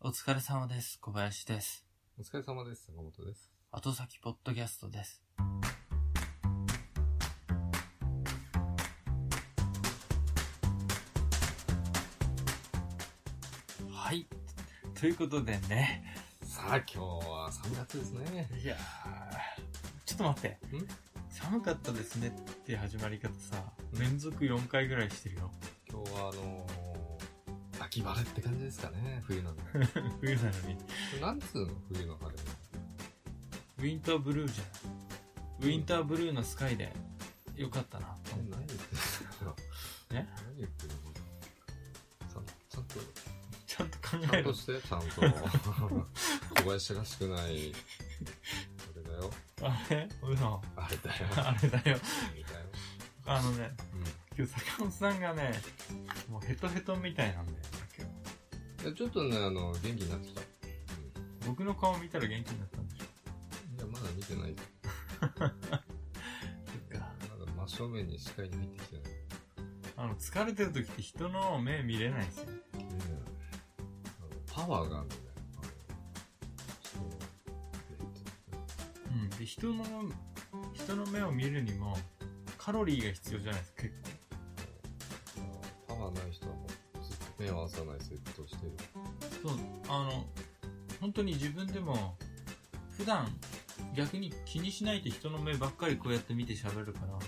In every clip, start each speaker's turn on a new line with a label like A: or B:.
A: お疲れ様です。小林です。
B: お疲れ様です。坂本です。
A: 後先ポッドキャストです。はい。ということでね。
B: さあ、今日は3月ですね。
A: いやちょっと待って
B: ん。
A: 寒かったですねっていう始まり方さ、
B: うん
A: 連続4回ぐらいしてるよ。
B: 今日はあのー、秋晴れって感じですかね、冬なのに。
A: 冬なのに。
B: なんつうの、冬の晴れ。
A: ウィンターブルーじゃん。ウィンターブルーのスカイで、よかったなと思って
B: 何言ってるの
A: え
B: 何言ってるのちゃんちゃんと、
A: ちゃんと考
B: ちゃ
A: え
B: んと
A: ろ。
B: して、ちゃんと。小林らしくない。あれだよ。
A: あれうの。
B: あれだよ。あ
A: あれだよ。
B: れだよ。
A: あのね、
B: うん。
A: 今日坂本さんがね、もうヘトヘトみたいなんだよね、今日
B: いやちょっとね、あの、元気になってきた。うん
A: 僕の顔見たら元気になったんでしょ。
B: いや、まだ見てない。
A: そっか。
B: まだ真正面に視界に入ってきてない。
A: あの、疲れてる時って人の目見れないんですよ。
B: ねえあのパワーがあるんだよ。あの
A: うん。で、人の、人の目を見るにも、カロリーが必要じゃないですか、結構。
B: ちょっとねあのパワーない人はもうずっと目を合わさないセットをしてる。
A: そう、あの、本当に自分でも、普段、逆に気にしないと人の目ばっかりこうやって見て喋るから、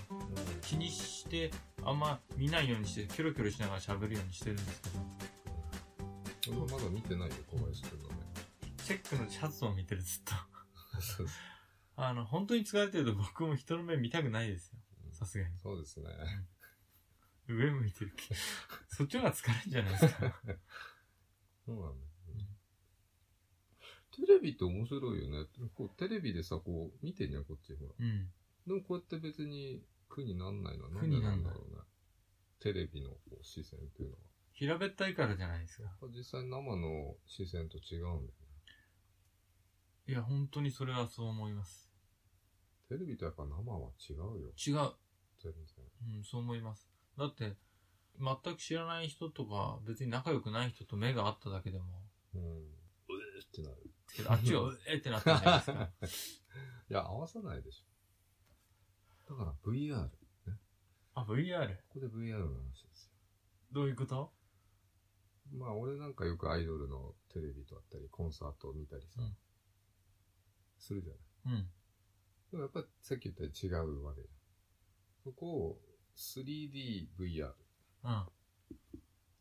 A: 気にして、あんま見ないようにして、キョロキョロしながら喋るようにしてるんですけど、
B: 俺もまだ見てないよ、小林くんのね。
A: チェックのシャツを見てる、ずっと。
B: そう
A: あの、本当に疲れてると僕も人の目見たくないですよ。さすがに。
B: そうですね。
A: 上向いてるけど。そっちの方が疲れんじゃないですか。
B: そうなんだよね。テレビって面白いよね。こうテレビでさ、こう見てんじゃん、こっちほら。
A: うん。
B: でもこうやって別に苦になんないのはな
A: 苦
B: んで
A: にな
B: なんん
A: な
B: だ
A: い
B: ろうね。テレビのこう視線っていうのは。
A: 平べったいからじゃないですか。
B: 実際生の視線と違うんだよね。
A: いや、本当にそれはそう思います。
B: テレビとやっぱ生は違うよ。
A: 違う。
B: 全然。
A: うん、そう思います。だって、全く知らない人とか、別に仲良くない人と目が合っただけでも、
B: うん。うえーってなる。
A: けどあっちが、えってなったじゃないですか。
B: いや、合わさないでしょ。だから VR。
A: あ、VR?
B: ここで VR の話です
A: どういうこと
B: よ。まあ俺なんかよくアイドルのテレビとあったり、コンサートを見たりさ、
A: うん
B: するじゃない。
A: うん。
B: でもやっぱりさっき言ったように違うわけじゃん。そこを 3DVR。
A: うん。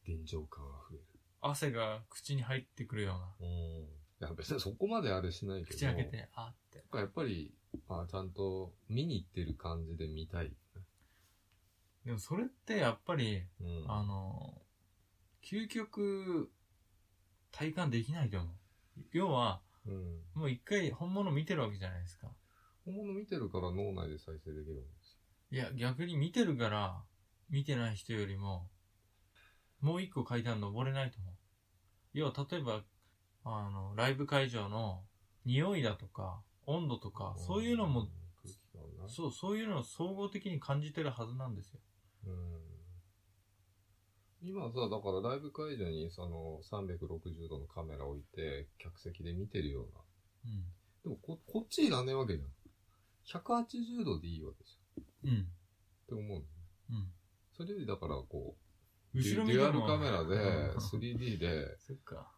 B: 臨場感あふれる。
A: 汗が口に入ってくるような。
B: うん。いや、別にそこまであれしないけど。
A: 口開けて、あって。
B: やっぱり、あちゃんと見に行ってる感じで見たい。
A: でもそれってやっぱり、
B: うん
A: あの、究極、体感できないと思う。要は、
B: うん。
A: もう一回本物見てるわけじゃないですか。
B: 本物見てるから脳内で再生できるんです
A: いや、逆に見てるから、見てない人よりも、もう一個階段登れないと思う。要は、例えば、あの、ライブ会場の匂いだとか、温度とか
B: よ。、
A: そういうのも、
B: 空気感な。
A: そう、そういうのを総合的に感じてるはずなんですよ。
B: うん。今さ、だからライブ会場にその360度のカメラ置いて、客席で見てるような。でもこ、こっちいらねえわけじゃん。180度でいいわけじ
A: うん。うん。
B: ゃん。って思うんだよね。
A: うん。
B: それよりだからこう、
A: 後ろ見
B: デ
A: て
B: ュア
A: る
B: ル
A: の
B: カ
A: は
B: メラで、
A: そ
B: 3D
A: っ
B: で、
A: か。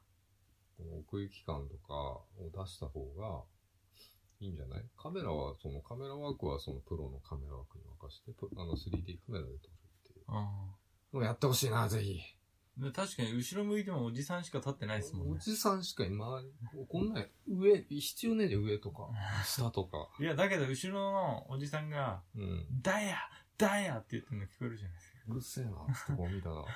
B: こう奥行き感とかを出した方がいいんじゃないカメラは、そのカメラワークはそのプロのカメラワークに任せて、プあの 3D カメラで撮るっていう
A: うん。
B: のをやってほしいな、ぜひ。
A: で確かに後ろ向いてもおじさんしか立ってないですもん
B: お
A: ね。
B: じさんしか今、ここんなん上、必要ねえで上とか、下とか。
A: いや、だけど後ろのおじさんが、
B: うん。
A: だやだやって言ってるの聞こえるじゃないう
B: るせえな、ってこう見 たら。
A: で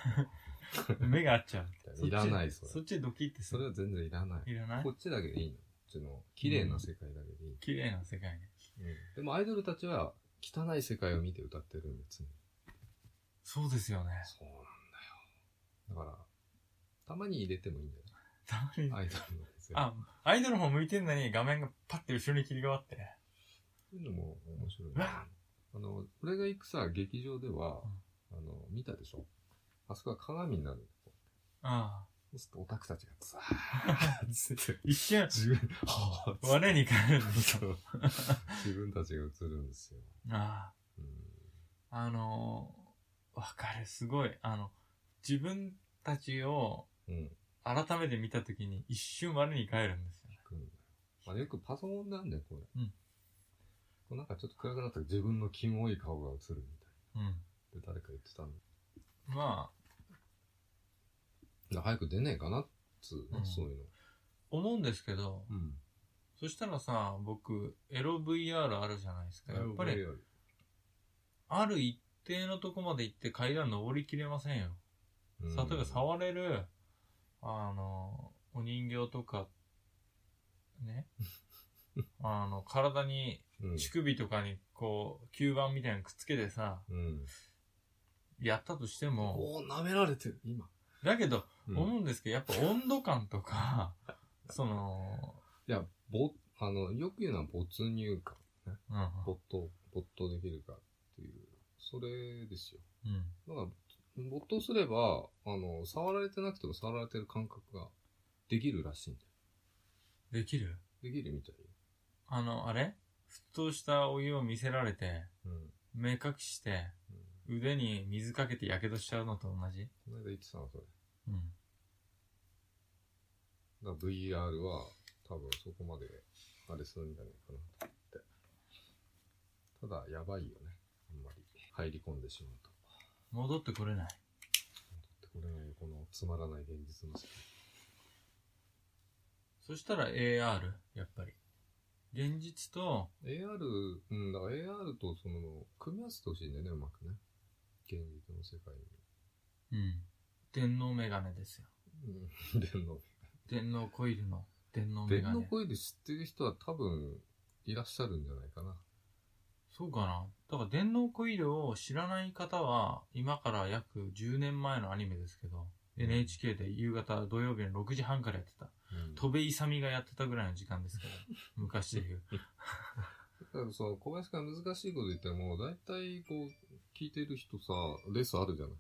A: すか。目が合っちゃうみたいな。
B: いらない
A: そ
B: そ
A: っ
B: れ
A: ちそっちドキってす
B: そ
A: る
B: れは全然いらない。
A: いらない
B: こっちだけでいいの。こっちの綺麗な世界だけでいい。
A: 綺麗な世界ね。
B: でもアイドルたちは汚い世界を見て歌ってるんですね。
A: そうですよね。
B: そうなんだよ。だから、たまに入れてもいいんだよ。
A: たまに。
B: アイドルの世界。
A: あ、アイドルも向いてんのに画面がパッて後ろに切り替わって。
B: そういうのも面白い、ね
A: うわ。
B: あの、俺が行くさ、劇場では
A: う、
B: あの、見たでしょあそこは鏡になるんだよ
A: ああ。
B: そうするとオタクたちがザー ッつって、
A: 一 瞬、
B: 自分、はぁ
A: 我に返るんです
B: そう自分たちが映るんですよ。
A: あ
B: うん
A: あ、あのー、わかる、すごい。あの、自分たちを
B: うん。
A: 改めて見たときに一瞬我に返るんですよね。
B: くんだよ。まあ、よくパソコンなんだよ、これ。
A: うん
B: こうなんかちょっと暗くなったら自分のキモい顔が映るみたいな。で、誰か言ってたの。
A: うん。まあ、
B: いや早く出ねえかなっつうね、
A: うん
B: そういうの。
A: 思うんですけど、
B: うん。
A: そしたらさ、僕、エロ VR あるじゃないですか。やっぱり、ある一定のとこまで行って階段登りきれませんよ。
B: うん、
A: 例えば触れる、あの、お人形とか、 ね。あの、体に、
B: うん、
A: 乳首とかに、こう、吸盤みたいなのくっつけてさ、
B: うん。
A: やったとしても、
B: おー、舐められてる、今。
A: だけど、
B: うん
A: 思うんですけど、やっぱ温度感と か、その、
B: いや、ぼ、あの、よく言うのは没入感。
A: うん、うん
B: 没頭、没頭できるかっていう。それですよ。だから、没頭すれば、あの、触られてなくても触られてる感覚ができるらしいんだよ。
A: できる
B: できるみたいよ。
A: あの、あれ沸騰したお湯を見せられて、
B: うん。
A: 目隠して、
B: うん
A: 腕に水かけて火傷しちゃうのと同じ
B: この間言ってたの、それ。
A: うん。
B: だから VR は多分そこまであれするんじゃないかなって。ただ、やばいよね。あんまり入り込んでしまうと。
A: 戻ってこれない。
B: これね、このつまらない現実の世界。
A: そしたら AR? やっぱり。現実と、
B: AR、うん、だから AR とその、組み合わせてほしいんだよね、うまくね。現実の世界
A: うん。電脳メガネですよ。
B: に。うん、電脳。
A: 電脳コイルの電脳メ
B: 電
A: ガ
B: 脳
A: ネ。
B: コイル知ってる人は多分、いらっしゃるんじゃないかな。
A: そうかな。だから電脳コイルを知らない方は、今から約10年前のアニメですけど、
B: うん
A: NHK で夕方土曜日の6時半からやってた。
B: うん
A: 戸部勇がやってたぐらいの時間ですけ ど、昔で言う。
B: だからそう、小林が難しいこと言っても、大体こう、聞いてる人さ、レースあるじゃない。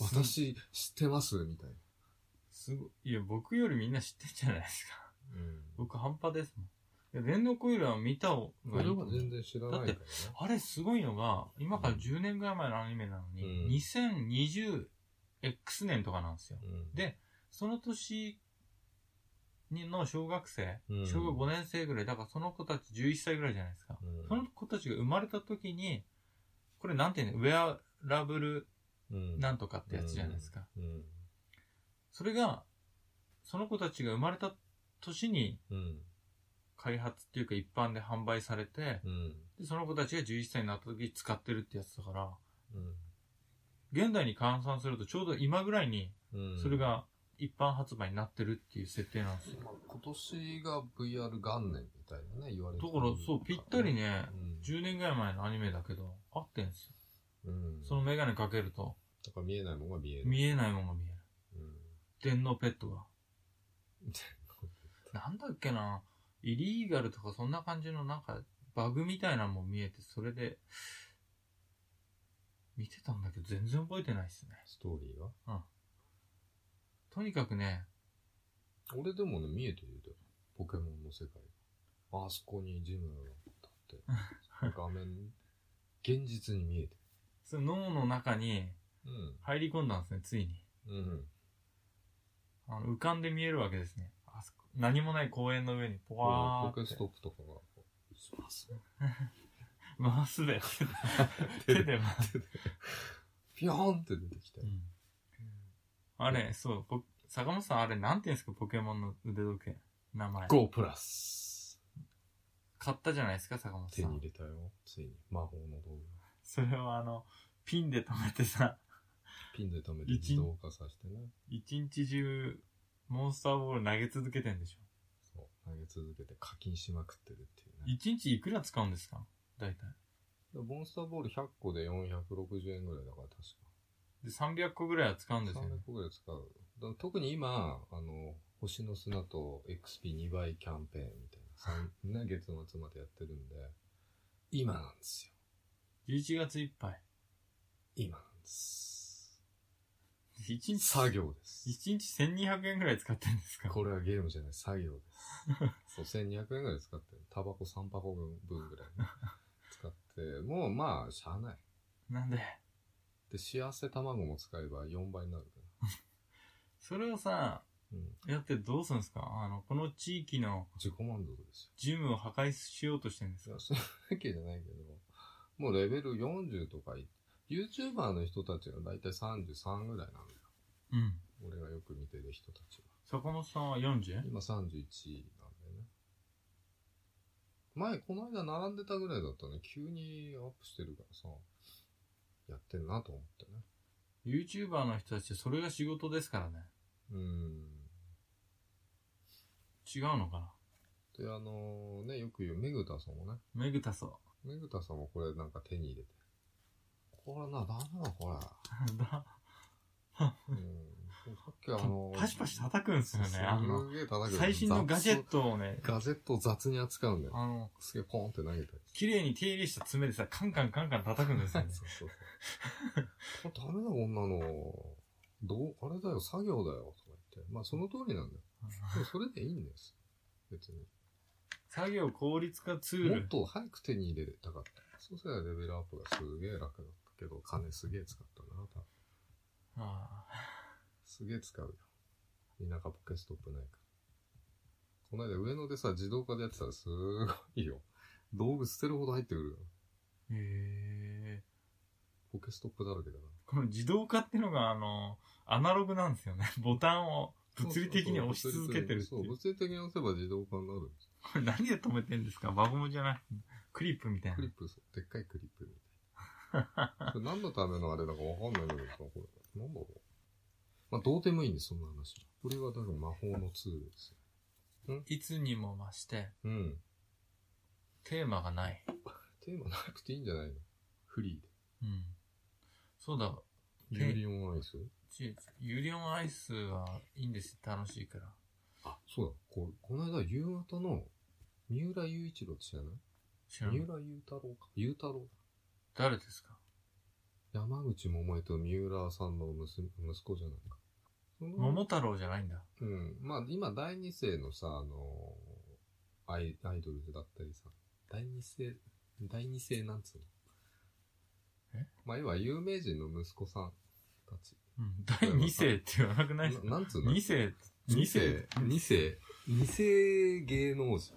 B: 私、知ってます、みたいな。
A: すごい。いや、僕よりみんな知ってんじゃないですか。
B: うん。
A: 僕半端ですもん。いや電脳コイルは見た方がいい
B: 俺
A: と
B: は
A: 思う。
B: 全然知らないからね。
A: あれすごいのが、今から
B: うん
A: 10年ぐらい前のアニメなのに、
B: うん
A: 2020X 年とかなんですよ。
B: うん
A: で、その年にの小学生、
B: うん
A: 小学5年生ぐらい、だからその子たち11歳ぐらいじゃないですか。
B: うん
A: その子たちが生まれた時に、これなんていうの、ウェアラブル
B: うん
A: なんとかってやつじゃないですか。。
B: うん。
A: それが、その子たちが生まれた年に
B: うん。
A: 開発っていうか一般で販売されて、
B: うん。
A: でその子たちが11歳になった時使ってるってやつだから、
B: うん
A: 現代に換算するとちょうど今ぐらいに
B: うん。
A: それ、が一般発売になってるっていう設定なんですよ。
B: まあ、今年が VR 元年みたいなね、言われ
A: だ
B: て
A: か
B: る
A: らそう、ぴったり。ね、
B: うん。
A: 10年ぐらい前のアニメだけど、合ってんすよ。
B: うん。
A: そのメガネかけると、
B: だから見えないもんが見える。
A: 見えないものが見える。
B: うん。
A: 電脳ペットが。なんだっけな、イリーガルとかそんな感じのなんか、バグみたいなのも見えて、それで、見てたんだけど全然覚えてないっすね。
B: ストーリーは
A: とにかくね、
B: 俺でもね、見えてるよ。ポケモンの世界が。あそこにジムがあっ て、画面、現実に見えて
A: その脳の中に
B: る。
A: 入り込んだんですね、ついに。
B: うん。うん。
A: あの浮かんで見えるわけですね。あそこ何もない公園の上にポワ
B: ポ
A: ー
B: ケ
A: って
B: ス。トップとかが、します。
A: 回すだよ。手で回す。
B: ピョーンって出てきた
A: う
B: よ。
A: んあれ、そう、僕坂本さん、あれ、なんていうんですか、ポケモンの腕時計。名前。
B: GO プラス
A: 買ったじゃないですか、坂本
B: 手
A: さ
B: に
A: ん
B: 入。れたよ。ついに。魔法の道具。
A: それはあの、ピンで止めてさ、
B: ピンで止めて
A: 一日
B: 自動化させてね。
A: 一日中、モンスターボール投げ続けてんでしょ。
B: そう。投げ続けて課金しまくってるっていうね。
A: 一日いくら使うんですか大体。
B: モンスターボール100個で460円ぐらいだから確か。
A: で、300個ぐらいは使うんですよね。
B: 300個ぐらい使う。だから特に今、あの、星の砂と XP2 倍キャンペーンみたいな、三ね、月末までやってるんで、今なんですよ。
A: 11月いっぱい。
B: 今なんです。
A: 一日、
B: 作業です。
A: 一日1200円くらい使ってるんですか
B: これはゲームじゃない、作業です。そう、1200円ぐらい使ってる。タバコ3箱分分ぐらいね、使って、もうまあ、しゃあない。
A: なんで
B: で、幸せ卵も使えば4倍になるか
A: それをさ、
B: ら。うん。
A: やってどうするんですかあの、この地域の
B: 自己満足です
A: ジムを破壊しようとしてるんです
B: よ。い
A: か
B: や、そういうわけじゃないけど、もうレベル40とかい、YouTuber の人たちがだいたい33ぐらいなんだよ。
A: うん。
B: 俺がよく見てる人たちは。
A: 坂本さんは 40?
B: 今31なんだよね。前、この間並んでたぐらいだったね。急にアップしてるからさ、やってんなと思ってね。
A: YouTuber の人たちはそれが仕事ですからね。
B: うーん。
A: 違うのか
B: で、あのね、よく言う、めぐたさんもね。
A: なめぐたそ
B: めぐたさんもこれなんか手に入れて。これな、ダメだ、これ。
A: う。 だ
B: うん。さっきあの
A: パシパシ叩くんですよね。あの、
B: すげえ叩くよ
A: 最新のガジェッ
B: 雑
A: トをね、
B: ガジェットを雑に扱うんだよ。
A: あの、
B: すげえポンって投げたり。
A: 綺麗に手入れした爪でさ、カンカンカンカン叩くんです よね。
B: そうそうそう。これダメだ、こんなの。どう、あれだよ、作業だよ、とか言って。まあ、その通りなんだよ。でもそれでいいんです。別に。
A: 作業効率化ツー
B: もっ
A: ル。
B: と早く手に入れたかった。そうすればレベルアップがすげえ楽だったけど、金すげえ使ったな、多分。
A: ああ
B: すげえ使うよ。田舎ポケストップないから。この間上野でさ、自動化でやってたらすごいよ。道具捨てるほど入ってくるよ。
A: へえ。
B: ポケストップだらけだから。
A: この自動化ってのが、あの、アナログなんですよね。 ボタンを物理的に押し続けてるって
B: そう、
A: いう。
B: 物理的に押せば自動化になるんです。
A: これ何で止めてんですか輪ゴムじゃない。クリップみたいな
B: クリッ。プ、でっかいクリップみたいな。それ何のためのあれだかわかんないんだけどさ、これ。なんだろう。まあ、どうでもいいんです、そんな話は。これはだから魔法のツールです
A: いつにも増して、
B: よ。うん。
A: テーマがない。
B: テーマなくていいんじゃないのフリ
A: うん。そうだ、テ
B: ーで。
A: ー
B: ユリオンアイス
A: ちユリオンアイスはいいんです楽しいから。
B: あ、そうだ。ここの間、夕方の、三浦雄一郎って知らない
A: 知らな
B: 三
A: い。
B: 浦雄太郎か。雄太郎
A: 誰ですか
B: 山口百恵と三浦さんの娘息子じゃないか。その
A: 桃太郎じゃないんだ。
B: うん。まあ、今、第二世のさ、あのーアイ、アイドルだったりさ、第二世、第二世なんつうの
A: え
B: まあ、要は有名人の息子さんたち。
A: うん。第2世って言わなくないですか
B: ななんつうの
A: ?2 世、2
B: 二
A: 世
B: 世、二世、二世芸能人。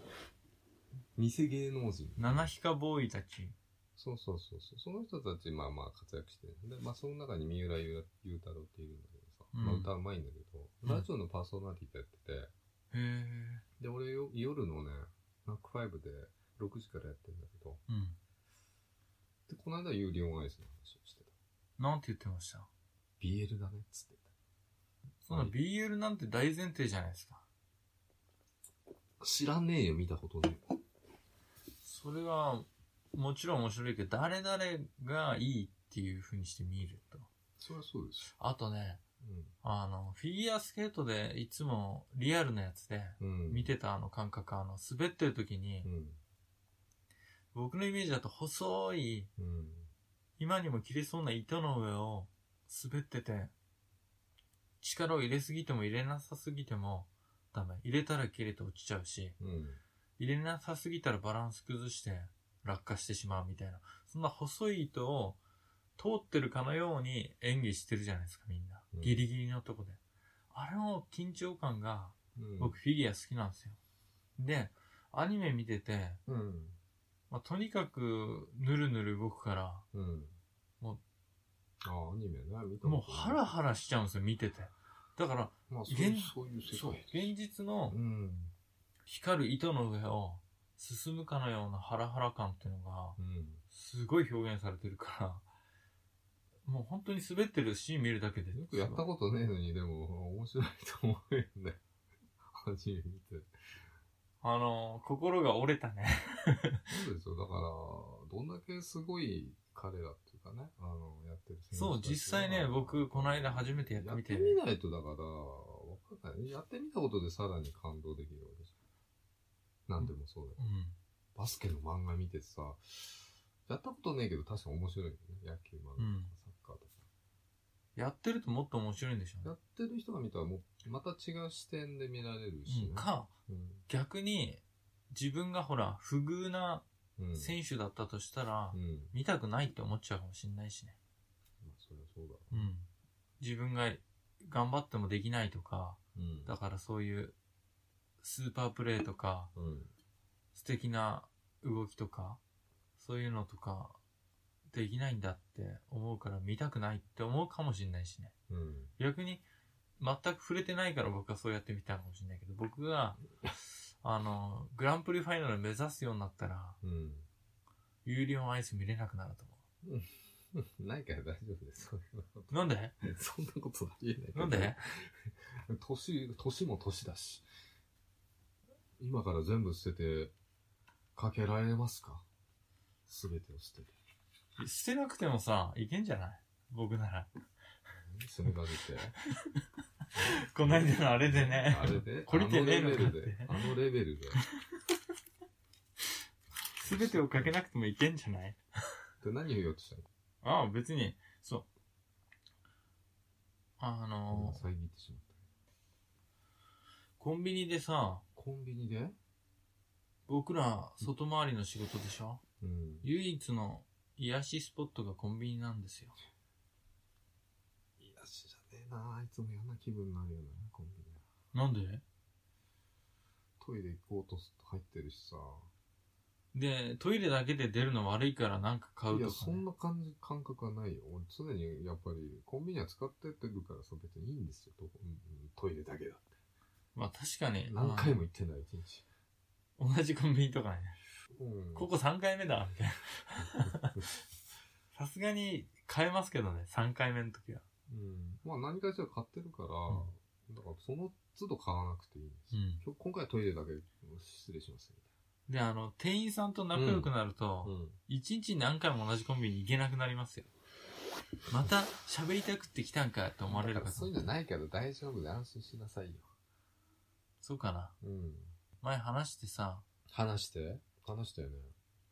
B: 二世芸能人。
A: 七ヒカボーイたち。
B: そうそうそうそう。その人たち、まあまあ活躍してる。で、まあその中に三浦雄太郎っているんだけどさ、
A: うん
B: まあ歌うまいんだけど、
A: うん
B: ラジオのパーソナリティやってて、
A: へえ。
B: で、俺よ、夜のね、マック5で6時からやってるんだけど、
A: うん。
B: で、この間有料アイスの話をしてた。
A: なんて言ってました
B: BL だねっつって
A: そんな
B: はい
A: BL なんて大前提じゃないですか。
B: た。知らねえよ、見たことねえ。
A: それは、もちろん面白いけど、誰々がいいっていう風にして見ると。
B: そりゃそうです
A: あとね、
B: よ。
A: あの、フィギュアスケートでいつもリアルなやつで、
B: うん。うん。
A: 見。てたあの感覚、あの、滑ってる時に
B: う、ん。
A: 僕のイメージだと細い、
B: うん。
A: 今にも切れそうな糸の上を滑ってて、力を入れすぎても入れなさすぎてもダメ。入れたら切れて落ちちゃうし、
B: うん。
A: 入れなさすぎたらバランス崩して落下してしまうみたいな。そんな細い糸を通ってるかのように演技してるじゃないですか、みんな
B: う。ん
A: ギリギリのとこで。あれの緊張感が
B: うん。
A: 僕フィギュア好きなんですよ。で、アニメ見てて、
B: うん。
A: まあ、とにかくぬるぬる動くから、
B: うん。
A: もう、
B: ああ、アニメね、見たことな
A: も
B: い
A: うハラハラしちゃうんですよ、見てて。だから、
B: まあ、そういう
A: 現
B: そういう世
A: そう
B: 界。、
A: 現実の
B: うん。
A: 光る糸の上を進むかのようなハラハラ感っていうのが、
B: うん。
A: すごい表現されてるから、もう本当に滑ってるシーン見るだけで。
B: よくやったことねえのに、でも、面白いと思うよね。アニメ見て。
A: あの、心が折れたね。
B: そうですよ。だから、どんだけすごい彼らっていうかね、あの、やってる選手たち が
A: そう実際ね僕この間初めてやってみて
B: やってみないと、だから、わかんない。やってみたことでさらに感動できるわけじゃん。なんでもそうだよ。
A: うん。
B: バスケの漫画見てさ、やったことねえけど確か面白いよね。野球漫画とか
A: うん
B: サッカーとか。
A: やってるともっと面白いんでしょう
B: や
A: ね。
B: ってる人が見たらもう、また違う視点で見られるし、
A: うん、か、
B: うん。
A: 逆に、自分がほら、不遇な
B: うん。
A: 選手だったとしたら、
B: うん。
A: 見たくないって思っちゃうかもしれないしね。
B: まあ、そりゃそうだ。
A: うん。自分が頑張ってもできないとか、
B: うん。
A: だからそういう、スーパープレイとか、
B: うん。
A: 素敵な動きとか、そういうのとか、できないんだって思うから見たくないって思うかもしれないしね。
B: うん。
A: 逆に、全く触れてないから僕はそうやってみたのかもしれないけど、僕 が、あの、グランプリファイナル目指すようになったら、
B: うん。
A: 有料アイス見れなくなると思
B: ないから大丈夫です。そんなこ
A: う。なんで
B: とそんなことありえない。
A: なんで
B: 年、年も年だし。今から全部捨てて、かけられますかすべてを捨てて。
A: 捨てなくてもさ、いけんじゃない僕なら。
B: すねかじって。
A: こないだのあれでね。
B: あれで
A: 懲りてねえ
B: あの
A: の
B: レ
A: か
B: ベ
A: っ
B: ルで
A: て。。
B: あのレベルで。
A: すべてをかけなくてもいけんじゃない
B: で何を言おうとしたの
A: ああ、別に、そう。あのー、
B: 遮ってしまった。
A: コンビニでさ、
B: コンビニで
A: 僕ら外回りの仕事でしょ
B: うん。
A: 唯一の癒しスポットがコンビニなんですよ。
B: いやしじゃねえなあいつも嫌な気分になるよな、コンビニ。
A: なんで
B: トイレ行こうとす入ってるしさ。
A: で、トイレだけで出るの悪いからなんか買う
B: いや、
A: とか、
B: そん
A: ね。
B: な感じ、感覚はないよ。俺常にやっぱり、コンビニは使ってってるからさ、別にいいんですよ。どこうんうんトイレだけだって。
A: まあ確かに。
B: 何回も行ってんだ、一日。
A: あの同じコンビニとかね。
B: うん。
A: ここ3回目だ、みたいな。さすがに買えますけどね、3回目の時は。
B: うん。まあ何かしら買ってるから、だからその都度買わなくていいんです
A: う
B: よ。
A: ん。
B: 今日今回はトイレだけ失礼します
A: で、あの、店員さんと仲良くなると、
B: ん。
A: 一日に何回も同じコンビニ行けなくなりますよ。また喋りたくって来たんかって思われ
B: だか
A: る
B: ら
A: か
B: そういうのないから大丈夫で安心しなさいよ。
A: そうかな。
B: うん。
A: 前話してさ、
B: 話して話したよね。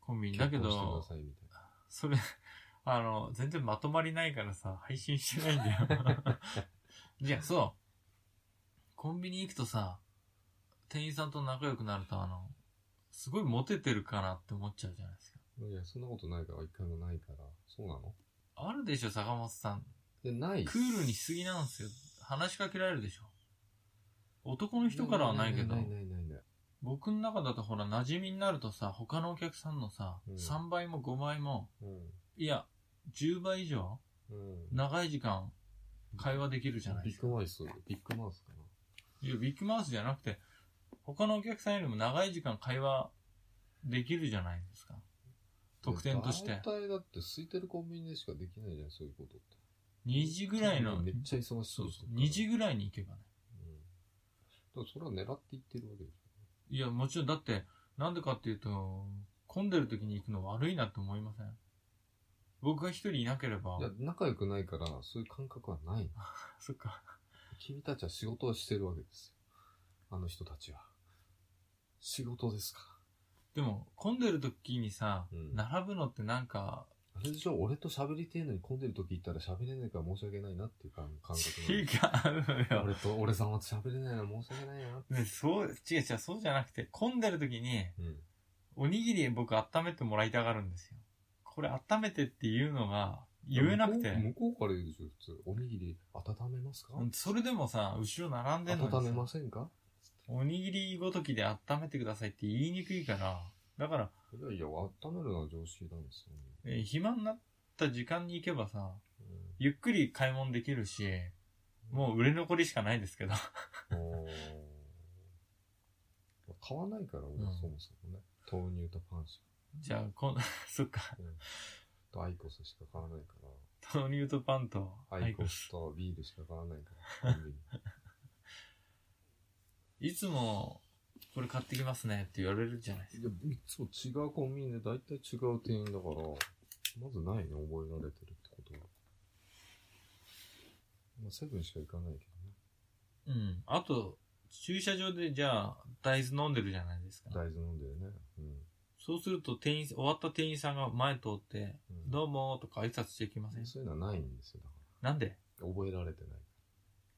A: コンビニ。だけ
B: 結婚
A: ど
B: し、てくださいみたいな。
A: それ、 あの、全然まとまりないからさ、配信してないんだよ。 いや、そう。コンビニ行くとさ、店員さんと仲良くなると、あの、すごいモテてるかなって思っちゃうじゃないですか。
B: いや、そんなことないから、一回もないから。そうなの
A: あるでしょ、坂本さん。
B: いや、ないっす
A: クールにしすぎなんですよ。話しかけられるでしょ。男の人からはないけど
B: な、いないないない。
A: 僕の中だとほら、馴染みになるとさ、他のお客さんのさ、
B: うん
A: 3倍も5倍も、
B: うん。
A: いや、10倍以上
B: うん。
A: 長い時間会話できるじゃないで
B: ビッ
A: すか
B: グ。マウス、ビッグマウスかな。
A: いや、ビッグマウスじゃなくて、他のお客さんよりも長い時間会話できるじゃないですか。特典として。
B: 大体だって空いてるコンビニでしかできないじゃん、そういうことって。
A: 2時ぐらいの、
B: めっちゃ忙し
A: そ
B: そうう
A: そう、2時ぐらいに行けばね。
B: うん。だからそれは狙っていってるわけでし
A: いや、もちろんだって、なんでかっていうと、混んでる時に行くの悪いなって思いません僕が一人いなければ
B: ょ。い、や、仲良くないから、そういう感覚はないの。
A: そっか。
B: 君たちは仕事をしてるわけですよ。あの人たちは。仕事ですか
A: でも、混んでる時にさ、
B: うん
A: 並ぶのってなんか、
B: ら。あれでしょ俺と喋りてえのに混んでる時行ったら喋れないから申し訳ないなっていう感感覚
A: 違
B: な
A: うよ。
B: の。俺と、俺様と喋れないのは申し訳ないな。
A: ねそう、違う違う、そうじゃなくて、混んでる時に、
B: うん。
A: おにぎり僕温めてもらいたがるんですよ。これ温めてっていうのが言えなくて。
B: 向こう向こうから言うでしょ、普通。おにぎり温めますか
A: うんそれでもさ、後ろ並んでんのにさ
B: 温めませんか
A: おにぎりごときで温めてくださいって言いにくいから、だから、
B: いやいや、温めるのは常識なんですよね。
A: えー暇になった時間に行けばさ、
B: うん
A: ゆっくり買い物できるし、もう売れ残りしかないですけど。
B: あー買わないから、俺、
A: うん
B: そもそもね。豆乳とパンし
A: じゃあ、こん、 そっか、
B: か、うんとアイコスしか買わないから。
A: 豆乳とパンと、
B: アイコ
A: はい
B: スとビールしか買わないから。コンビニ
A: いつも、これ買ってきますねって言われるじゃないですか。
B: いや、いつも違うコンビニで大体違う店員だから、まずないね、覚えられてるってことは。まあ、セブンしか行かない
A: う
B: け
A: ん。あと、駐車場でじゃあ、大豆飲んでるじゃないですか。
B: どね。大豆飲んでるね。
A: そうすると店員、終わった店員さんが前通って、
B: うん。うん、
A: どうもーとか挨拶してきません
B: そういうのはないんですよ、だか
A: なんで
B: 覚えられてない。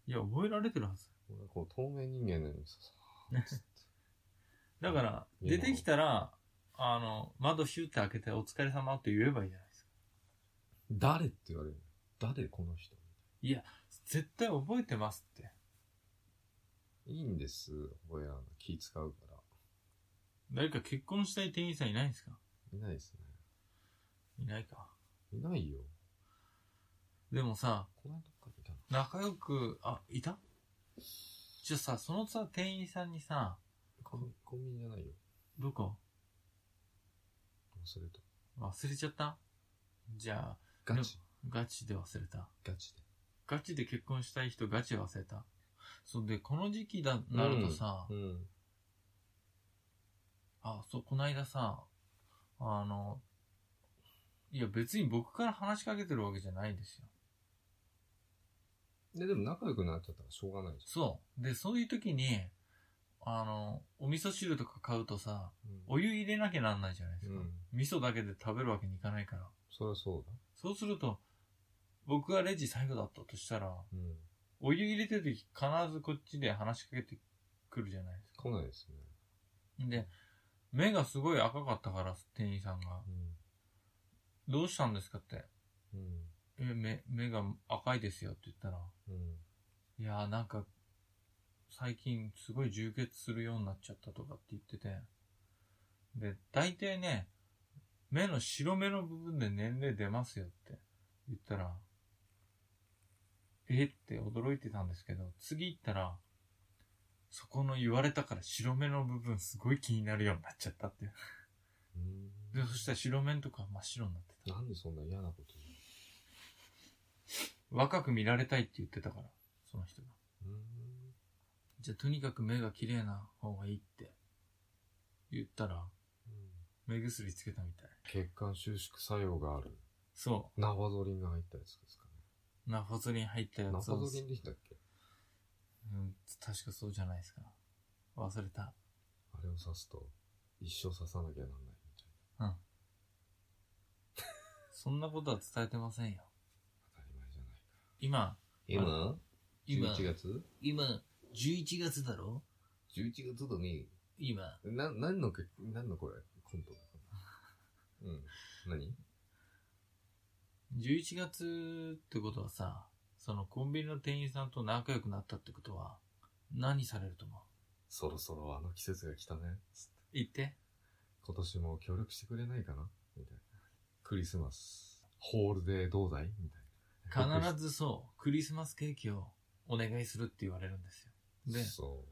A: いや、覚えられてるはず。
B: 俺はこう透明人間のようにさ、さーっつって
A: だから、
B: うん
A: 出てきたら、あの、窓シュッて開けて、お疲れ様って言えばいいじゃないですか。
B: 誰って言われるの誰この人
A: 絶対覚えてますって。
B: いいんです、覚えらんの。気使うから。
A: 誰か結婚したい店員さんいないんですか
B: いないです
A: いないか。
B: ね。いないよ。
A: でもさ、
B: この間どっかでいたの
A: 仲良く、あ、いたじゃあさ、そのさ、店員さんにさ、
B: コンコンビニじゃないよ。
A: どこ
B: 忘れた。
A: 忘れちゃったじゃあ、
B: ガチ。
A: ガチで忘れた。
B: ガチで。
A: ガチで結婚したい人ガチ忘れた。そうで、この時期だ、なるとさ、
B: うん。
A: あ、そう、こないださ、あの、いや別に僕から話しかけてるわけじゃないんですよ。
B: で、でも仲良くなっちゃったらしょうがないじ
A: そう。で、そういう時に、あの、お味噌汁とか買うとさ、
B: ゃん。うん
A: お湯入れなきゃなんないじゃないです
B: う
A: か。
B: ん。
A: 味噌だけで食べるわけにいかないから。
B: そりゃそうだ。
A: そうすると、僕がレジ最後だったとしたら、
B: うん。
A: お湯入れてる時必ずこっちで話しかけてくるじゃないですか。
B: 来ないですね。
A: で、目がすごい赤かったから、店員さんが。どうしたんですかって。
B: うん。うん。
A: え、目、目が赤いですよって言ったら、
B: うん。
A: いやーなんか、最近すごい充血するようになっちゃったとかって言ってて。で、大体ね、目の白目の部分で年齢出ますよって言ったら、えって驚いてたんですけど、次行ったら、そこの言われたから白目の部分すごい気になるようになっちゃったって。
B: うん。
A: で、そしたら白目のとか真っ白になってた。
B: なんでそんな嫌なこと言
A: 若く見られたいって言ってたから、その人が。
B: うの
A: じゃあとにかく目が綺麗な方がいいって言ったら、
B: うん。うん
A: 目薬つけたみたい。
B: 血管収縮作用がある。
A: そ
B: ナファゾリンが入ったやつですか
A: う。ナファゾリン入った
B: ね。
A: や
B: ナ
A: つ
B: ファ
A: を
B: ゾ、リンでしたっけ
A: うん、確かそうじゃないですか。忘れた。
B: あれを刺すと、一生刺さなきゃなんないみたい
A: そんなことは伝えてませんよ。
B: な。当たり前じゃないか。
A: 今、
B: 今
A: 今、
B: 11月
A: 今、11月だろ
B: ?11 月だね。
A: 今、
B: な、何のか、何のこれコントだかな。うん。何
A: 11月ってことはさ、そのコンビニの店員さんと仲良くなったってことは、何されると思う
B: そろそろあの季節が来たね。つって
A: 言って。
B: 今年も協力してくれないかなみたいな。クリスマス。ホールでどうだいみたいな。
A: 必ずそう、クリスマスケーキをお願いするって言われるんですよ。で、
B: そ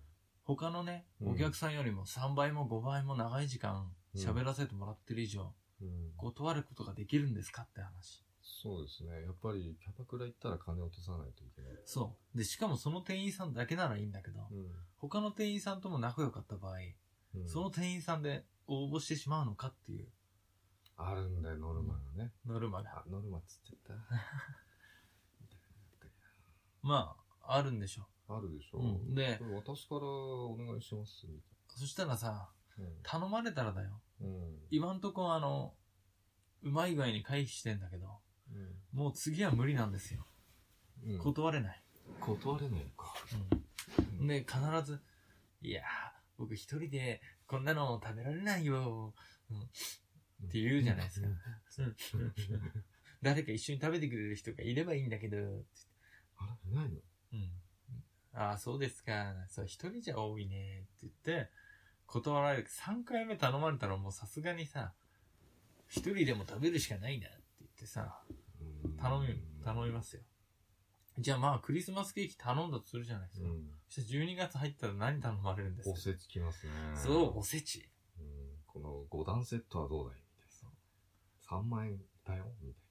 A: 他のね、
B: うん
A: お客さんよりも3倍も5倍も長い時間
B: うん
A: 喋らせてもらってる以上、
B: う。うん。
A: 断ることができるんですかって話。
B: そうですね。やっぱりキャバクラ行ったら金落とさないといけない。
A: そう。で、しかもその店員さんだけならいいんだけど、他の店員さんとも仲良かった場合、
B: うん。
A: その店員さんで応募してしまうのかっていう
B: あるんだよ、ノルマがね。
A: ノルマが。
B: あ、ノルマっつっちゃっ
A: まあ、あるんでしょ
B: た。あるでしょ。
A: うんで
B: これ私からお願いします、み
A: う。そしたらさ、
B: たいな。
A: 頼まれたらだよ。
B: うん。
A: 今んとこあの、うまい具合に回避してんだけど、
B: うん。
A: もう次は無理なんですよ。
B: うん。
A: 断れない。
B: 断れないのか。
A: うん。で、必ず、いやー、僕一人でこんなの食べられないよ、うん、って言うじゃないですか。
B: うん
A: うんうん誰か一緒に食べてくれる人がいればいいんだけど、うん。
B: あれ、いないの
A: ああ、そうですか。そう、一人じゃ多いね。って言って、断られる。3回目頼まれたらもうさすがにさ、一人でも食べるしかないなって言ってさ、
B: うん
A: 頼み、頼みますよ。じゃあまあ、クリスマスケーキ頼んだとするじゃないです
B: う
A: か。
B: ん。
A: そしたら12月入ったら何頼まれるんです
B: お
A: か
B: せちきますね。
A: そう、おせち。
B: うん。この5段セットはどうだいみたいな。3万円だよみたい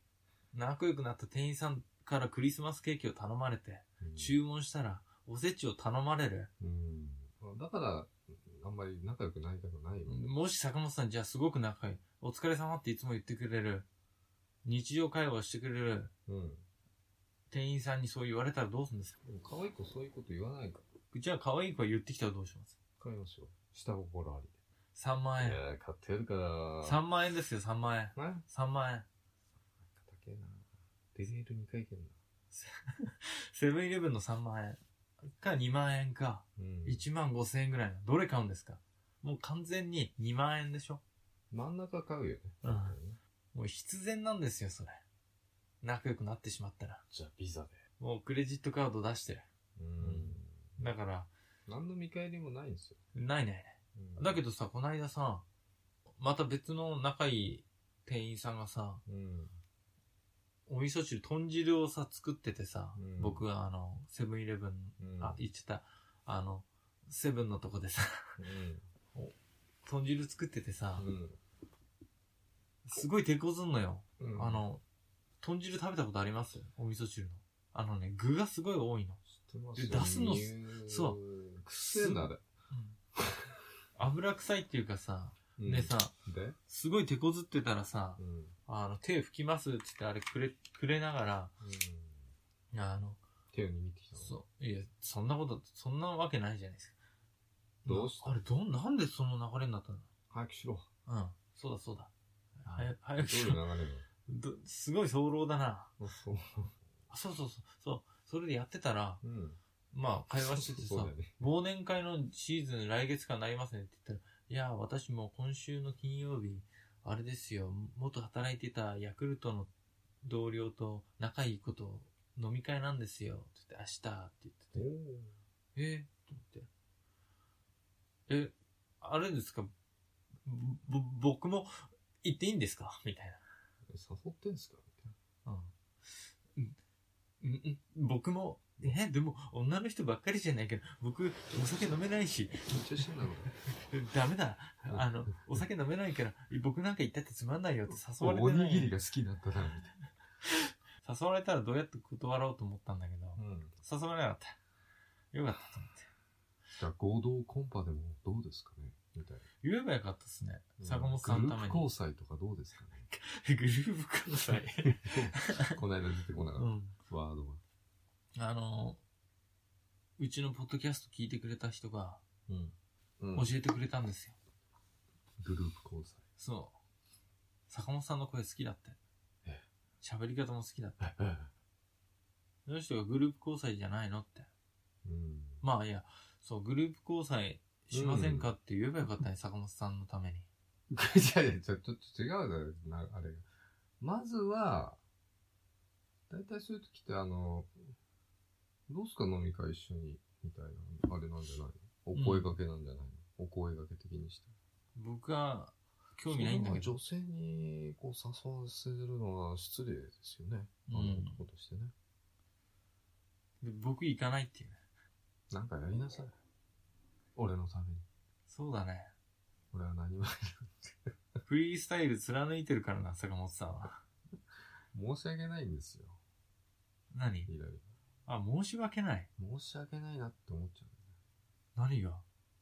A: 仲良くなった店員さんからクリスマスケーキを頼まれて、
B: な。うん
A: 注文したら、おせちを頼まれる。
B: うん。だから、あんまり仲良くなりたくないよ。
A: もし坂本さん、じゃあすごく仲良い。お疲れ様っていつも言ってくれる。日常会話をしてくれる
B: うん。
A: 店員さんにそう言われたらどうするんですか
B: でも可愛い子そういうこと言わないから。
A: じゃあ可愛い子は言ってきたらどうします
B: 買いますよ。下心あり
A: ?3 万
B: で。い
A: 円。
B: やー、買ってやるから。
A: 3万円ですよ、3万円。
B: ね
A: 3万円。
B: 高えな。デリヘル2回行けんな。
A: セブンイレブンの3万円か2万円か、
B: うん。
A: 1万5千円ぐらいの、どれ買うんですかもう完全に2万円でしょ
B: 真ん中買うよね。
A: うんもう必然なんですよ、それ。仲良くなってしまったら。
C: じゃあビザで。
A: もうクレジットカード出してる。
B: うん。
A: だから、
B: 何の見返りもないんですよ。
A: ないないない。
B: うん
A: だけどさ、こないださ、また別の仲いい店員さんがさ、
B: うん。
A: お味噌汁、豚汁をさ、作っててさ、
B: うん
A: 僕はあの、セブンイレブン、
B: うん。
A: あ、言っちゃった、あの、セブンのとこでさ、
B: うん。
A: 豚汁作っててさ、
B: うん。
A: すごい手こずんのよ。
B: うん
A: あ、の、豚汁食べたことありますお味噌汁の。あのね、具がすごい多いの。
B: 知ってます。
A: で出すのそう
B: くせえな、あれ。
A: 油臭いっていうかさ、
B: うん
A: でさ、
B: で、
A: すごい手こずってたらさ
B: う、ん。
A: あの、手拭きますって言ってあれくれ、くれながら、あの、
B: 手を握ってきたの。
A: そう、いや、そんなこと、そんなわけないじゃないですか。
B: どうした
A: なあれ、どん、なんでその流れになったの
B: 早くしろ。
A: うん。そうだそうだ。早く、早く
B: どうい
A: し
B: う流
A: ろ
B: れな の
A: どすごい早漏だな。
B: あそう。
A: あそうそうそう。そう。それでやってたら、
B: うん。
A: まあ、会話してて
B: そう
A: さ
B: だ、よね。
A: 忘年会のシーズン来月からなりますねって言ったら、いや、私も今週の金曜日、あれですよ、元働いてたヤクルトの同僚と仲いい子と飲み会なんですよ、って言って、明日、って言ってて
B: おー。
A: えー、と思って。え、あれですかぼ、僕も行っていいんですかみたい
B: 誘ってんすか
A: な。うん。ん、ん、僕も、え、でも女の人ばっかりじゃないけど、僕お酒飲めないし、
B: 緊張してんだろうね。
A: ダメだ。あの、お酒飲めないから、僕なんか行ったってつまんないよって誘われ
B: お
A: てな
B: にぎり
A: い。
B: が好きだったな、み
A: 誘われたらどうやって断ろうと思ったんだけど、
B: たいな。うん。
A: 誘われなかった。よかったと思って。
B: じゃあ合同コンパでもどうですかねみたいな。
A: 言えばよかったですね。
B: うん
A: 坂本さんのために。
B: グループ交際とかどうですかね
A: グループ交際。
B: この間出てこなか
A: う
B: っ
A: ん。
B: た。ワードが。
A: あの、うちのポッドキャスト聞いてくれた人が
B: うん。
A: 教えてくれたんですよ。
B: グループ交際。
A: そう。坂本さんの声好きだって
B: え。
A: 喋り方も好きだって。
B: う
A: その人がグループ交際じゃないのって。
B: ん。
A: まあいや、そう、グループ交際しませんかって言えばよかったね、坂本さんのために。
B: いやいや、ちょちょっと違うだろな、あれが。まずは、大体そういう時って、あの、どうすか飲み会一緒に、みたいな、あれなんじゃないのお声掛けなんじゃないの、お声掛け的にして。
A: 僕は興味ないんだけ
B: そ
A: ど
B: れは。女性にこう誘わせるのは失礼ですよね。あの
A: うん
B: 男としてね。
A: で僕行かないっていうね。
B: なんかやりなさい。俺のために。
A: そうだね。
B: 俺は何も。
A: フリースタイル貫いてるからな、坂本さんは。
B: 申し訳ないんですよ。
A: 何
B: いろい
A: あ、申し訳ない。
B: ろ。申し訳ないなって思っちゃ
A: 何が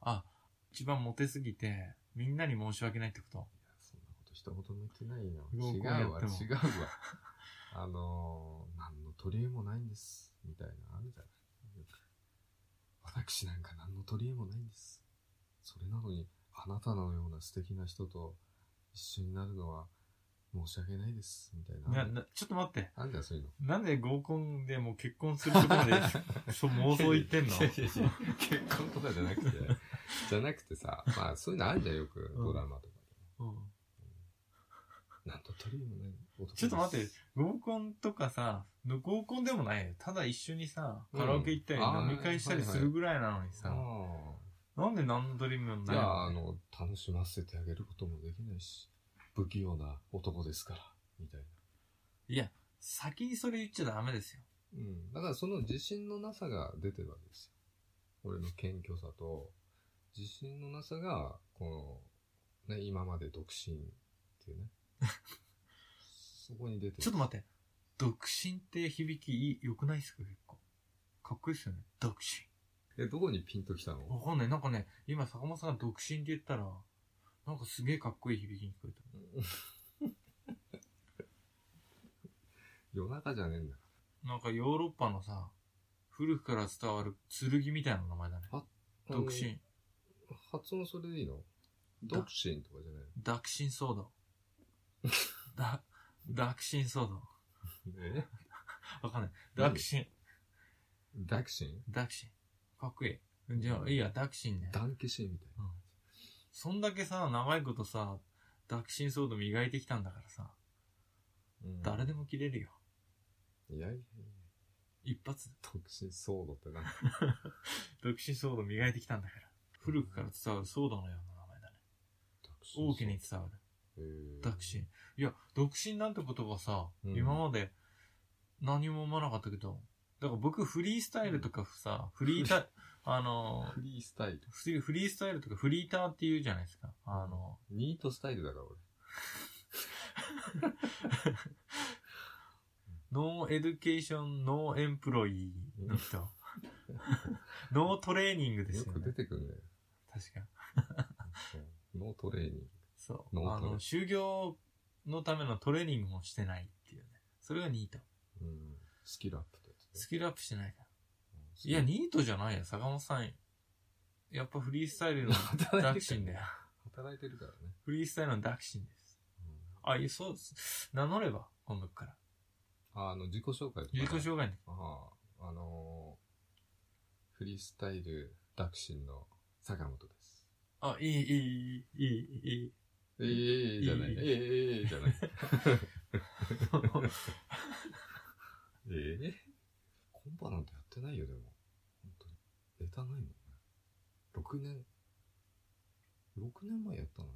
A: あ、一番モテすぎて、みんなに申し訳ないってこと
B: う。いや、そんなことしたこと言ってないよ。
A: 合コン
B: 違うわ、
A: やって
B: 違
A: も
B: うわ。あのー、何の取り柄もないんです。みたいな、あるじゃない。私なんか何の取り柄もないんです。それなのに、あなたのような素敵な人と一緒になるのは申し訳ないです。みたいな。
A: な、な、ちょっと待って。
B: あんじゃん、そういうの。
A: なんで合コンでもう結婚するとこま で、そう、妄想言ってんの
B: いやいやいや 結婚とかじゃなくて、じゃなくてさ、まあそういうのあるじゃんよく、
A: うん
B: ドラマとか
A: うん
B: で。なんと取り柄もない男です
A: ちょっと待って、合コンとかさ、の合コンでもないよ。ただ一緒にさ、カラオケ行ったり
B: うんあー
A: 飲み会したりするぐらいなのにさ、
B: あ
A: なんで何のドリームも
B: あ。
A: ないい
B: や、
A: の
B: あの、楽しませてあげることもできないし、不器用な男ですから、みたいな。
A: いや、先にそれ言っちゃダメですよ。
B: うん。だからその自信のなさが出てるわけですよ。俺の謙虚さと、自信のなさが、この、ね、今まで独身っ ていうね。そこに出てる。
A: ちょっと待って、独身って響きいい良くないっすか結構。かっこいいっすよね。独身。
B: え、どこにピンときたの
A: わかんない。なんかね、今坂本さんが独身って言ったら、なんかすげえかっこいい響きに聞こえた。
B: 夜中じゃねえんだか
A: なんかヨーロッパのさ、古くから伝わる剣みたいな名前だね。
B: ら。
A: 独身。
B: あの。発音それでいいの
A: だ
B: 独身とかじゃない
A: ダクシン 騒動。だ、ダクシン騒動。
B: のえ
A: わかんない。ダクシン。
B: ダク シン
A: ダクシン。かっこいい。じゃあ、いいや、ダクシンね。
B: ダンケシェみたい
A: そんだけさ、長いことさ、ダクシンソード磨いてきたんだからさ、
B: な。うん
A: 誰でも切れるよ。
B: いやいやいや、
A: 一発。
B: 特殊ソードってなんか、
A: ダクシンソード磨いてきたんだから。古くから伝わるソードのような名前だね。大きに伝わる。
B: ダ
A: ダクシン。いや、独身なんて言葉さ、
B: うん
A: 今まで何も思わなかったけど、だから僕フリースタイルとかさ、フリー タ、あの、
B: フリースタイル。
A: 普通にフリースタイルとかフリーターって言うじゃないですか。あの、
B: ニートスタイルだから俺。
A: ノーエデュケーション、ノーエンプロイーの 人。ノートレーニングですよ
B: よく
A: ね
B: 出。てくんだよ。
A: 確か。
B: うんノートレーニング。
A: そう。
B: ノー
A: あ
B: トレ
A: の、就業のためのトレーニングもしてないっていうね。それがニート。
B: うん。スキルアップってやつ
A: ス
B: ね
A: キルアップしてないから。
B: うん
A: いや、ニートじゃないよ、坂本さん。やっぱフリースタイ ルのダクシンだよ。
B: 働いてるからね。
A: フリースタイルのダクシンです。
B: うん
A: あ、いや、そうです。名乗れば、今度から。
B: ああの、自己紹介とかね。
A: 自己紹介に。
B: ああ、あのー、フリースタイルダクシンの坂本です。
A: あ、いい、いい、いい、いい、いい。
B: ええええじゃない。え
A: いい
B: えええじゃない。ええコンパなんてやってないよ、でも。本当に。ネタないもんね。6年。6年前やったの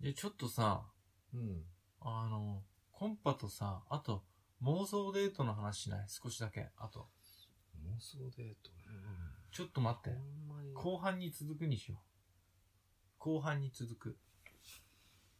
A: で、ちょっとさ、
B: うん。
A: あの、コンパとさ、あと、妄想デートの話しない少しだけ。あと、
B: 妄想デートね。
A: ちょっと待っ
B: あ
A: て。
B: んまり。
A: 後半に続くにしよう。後半に続く。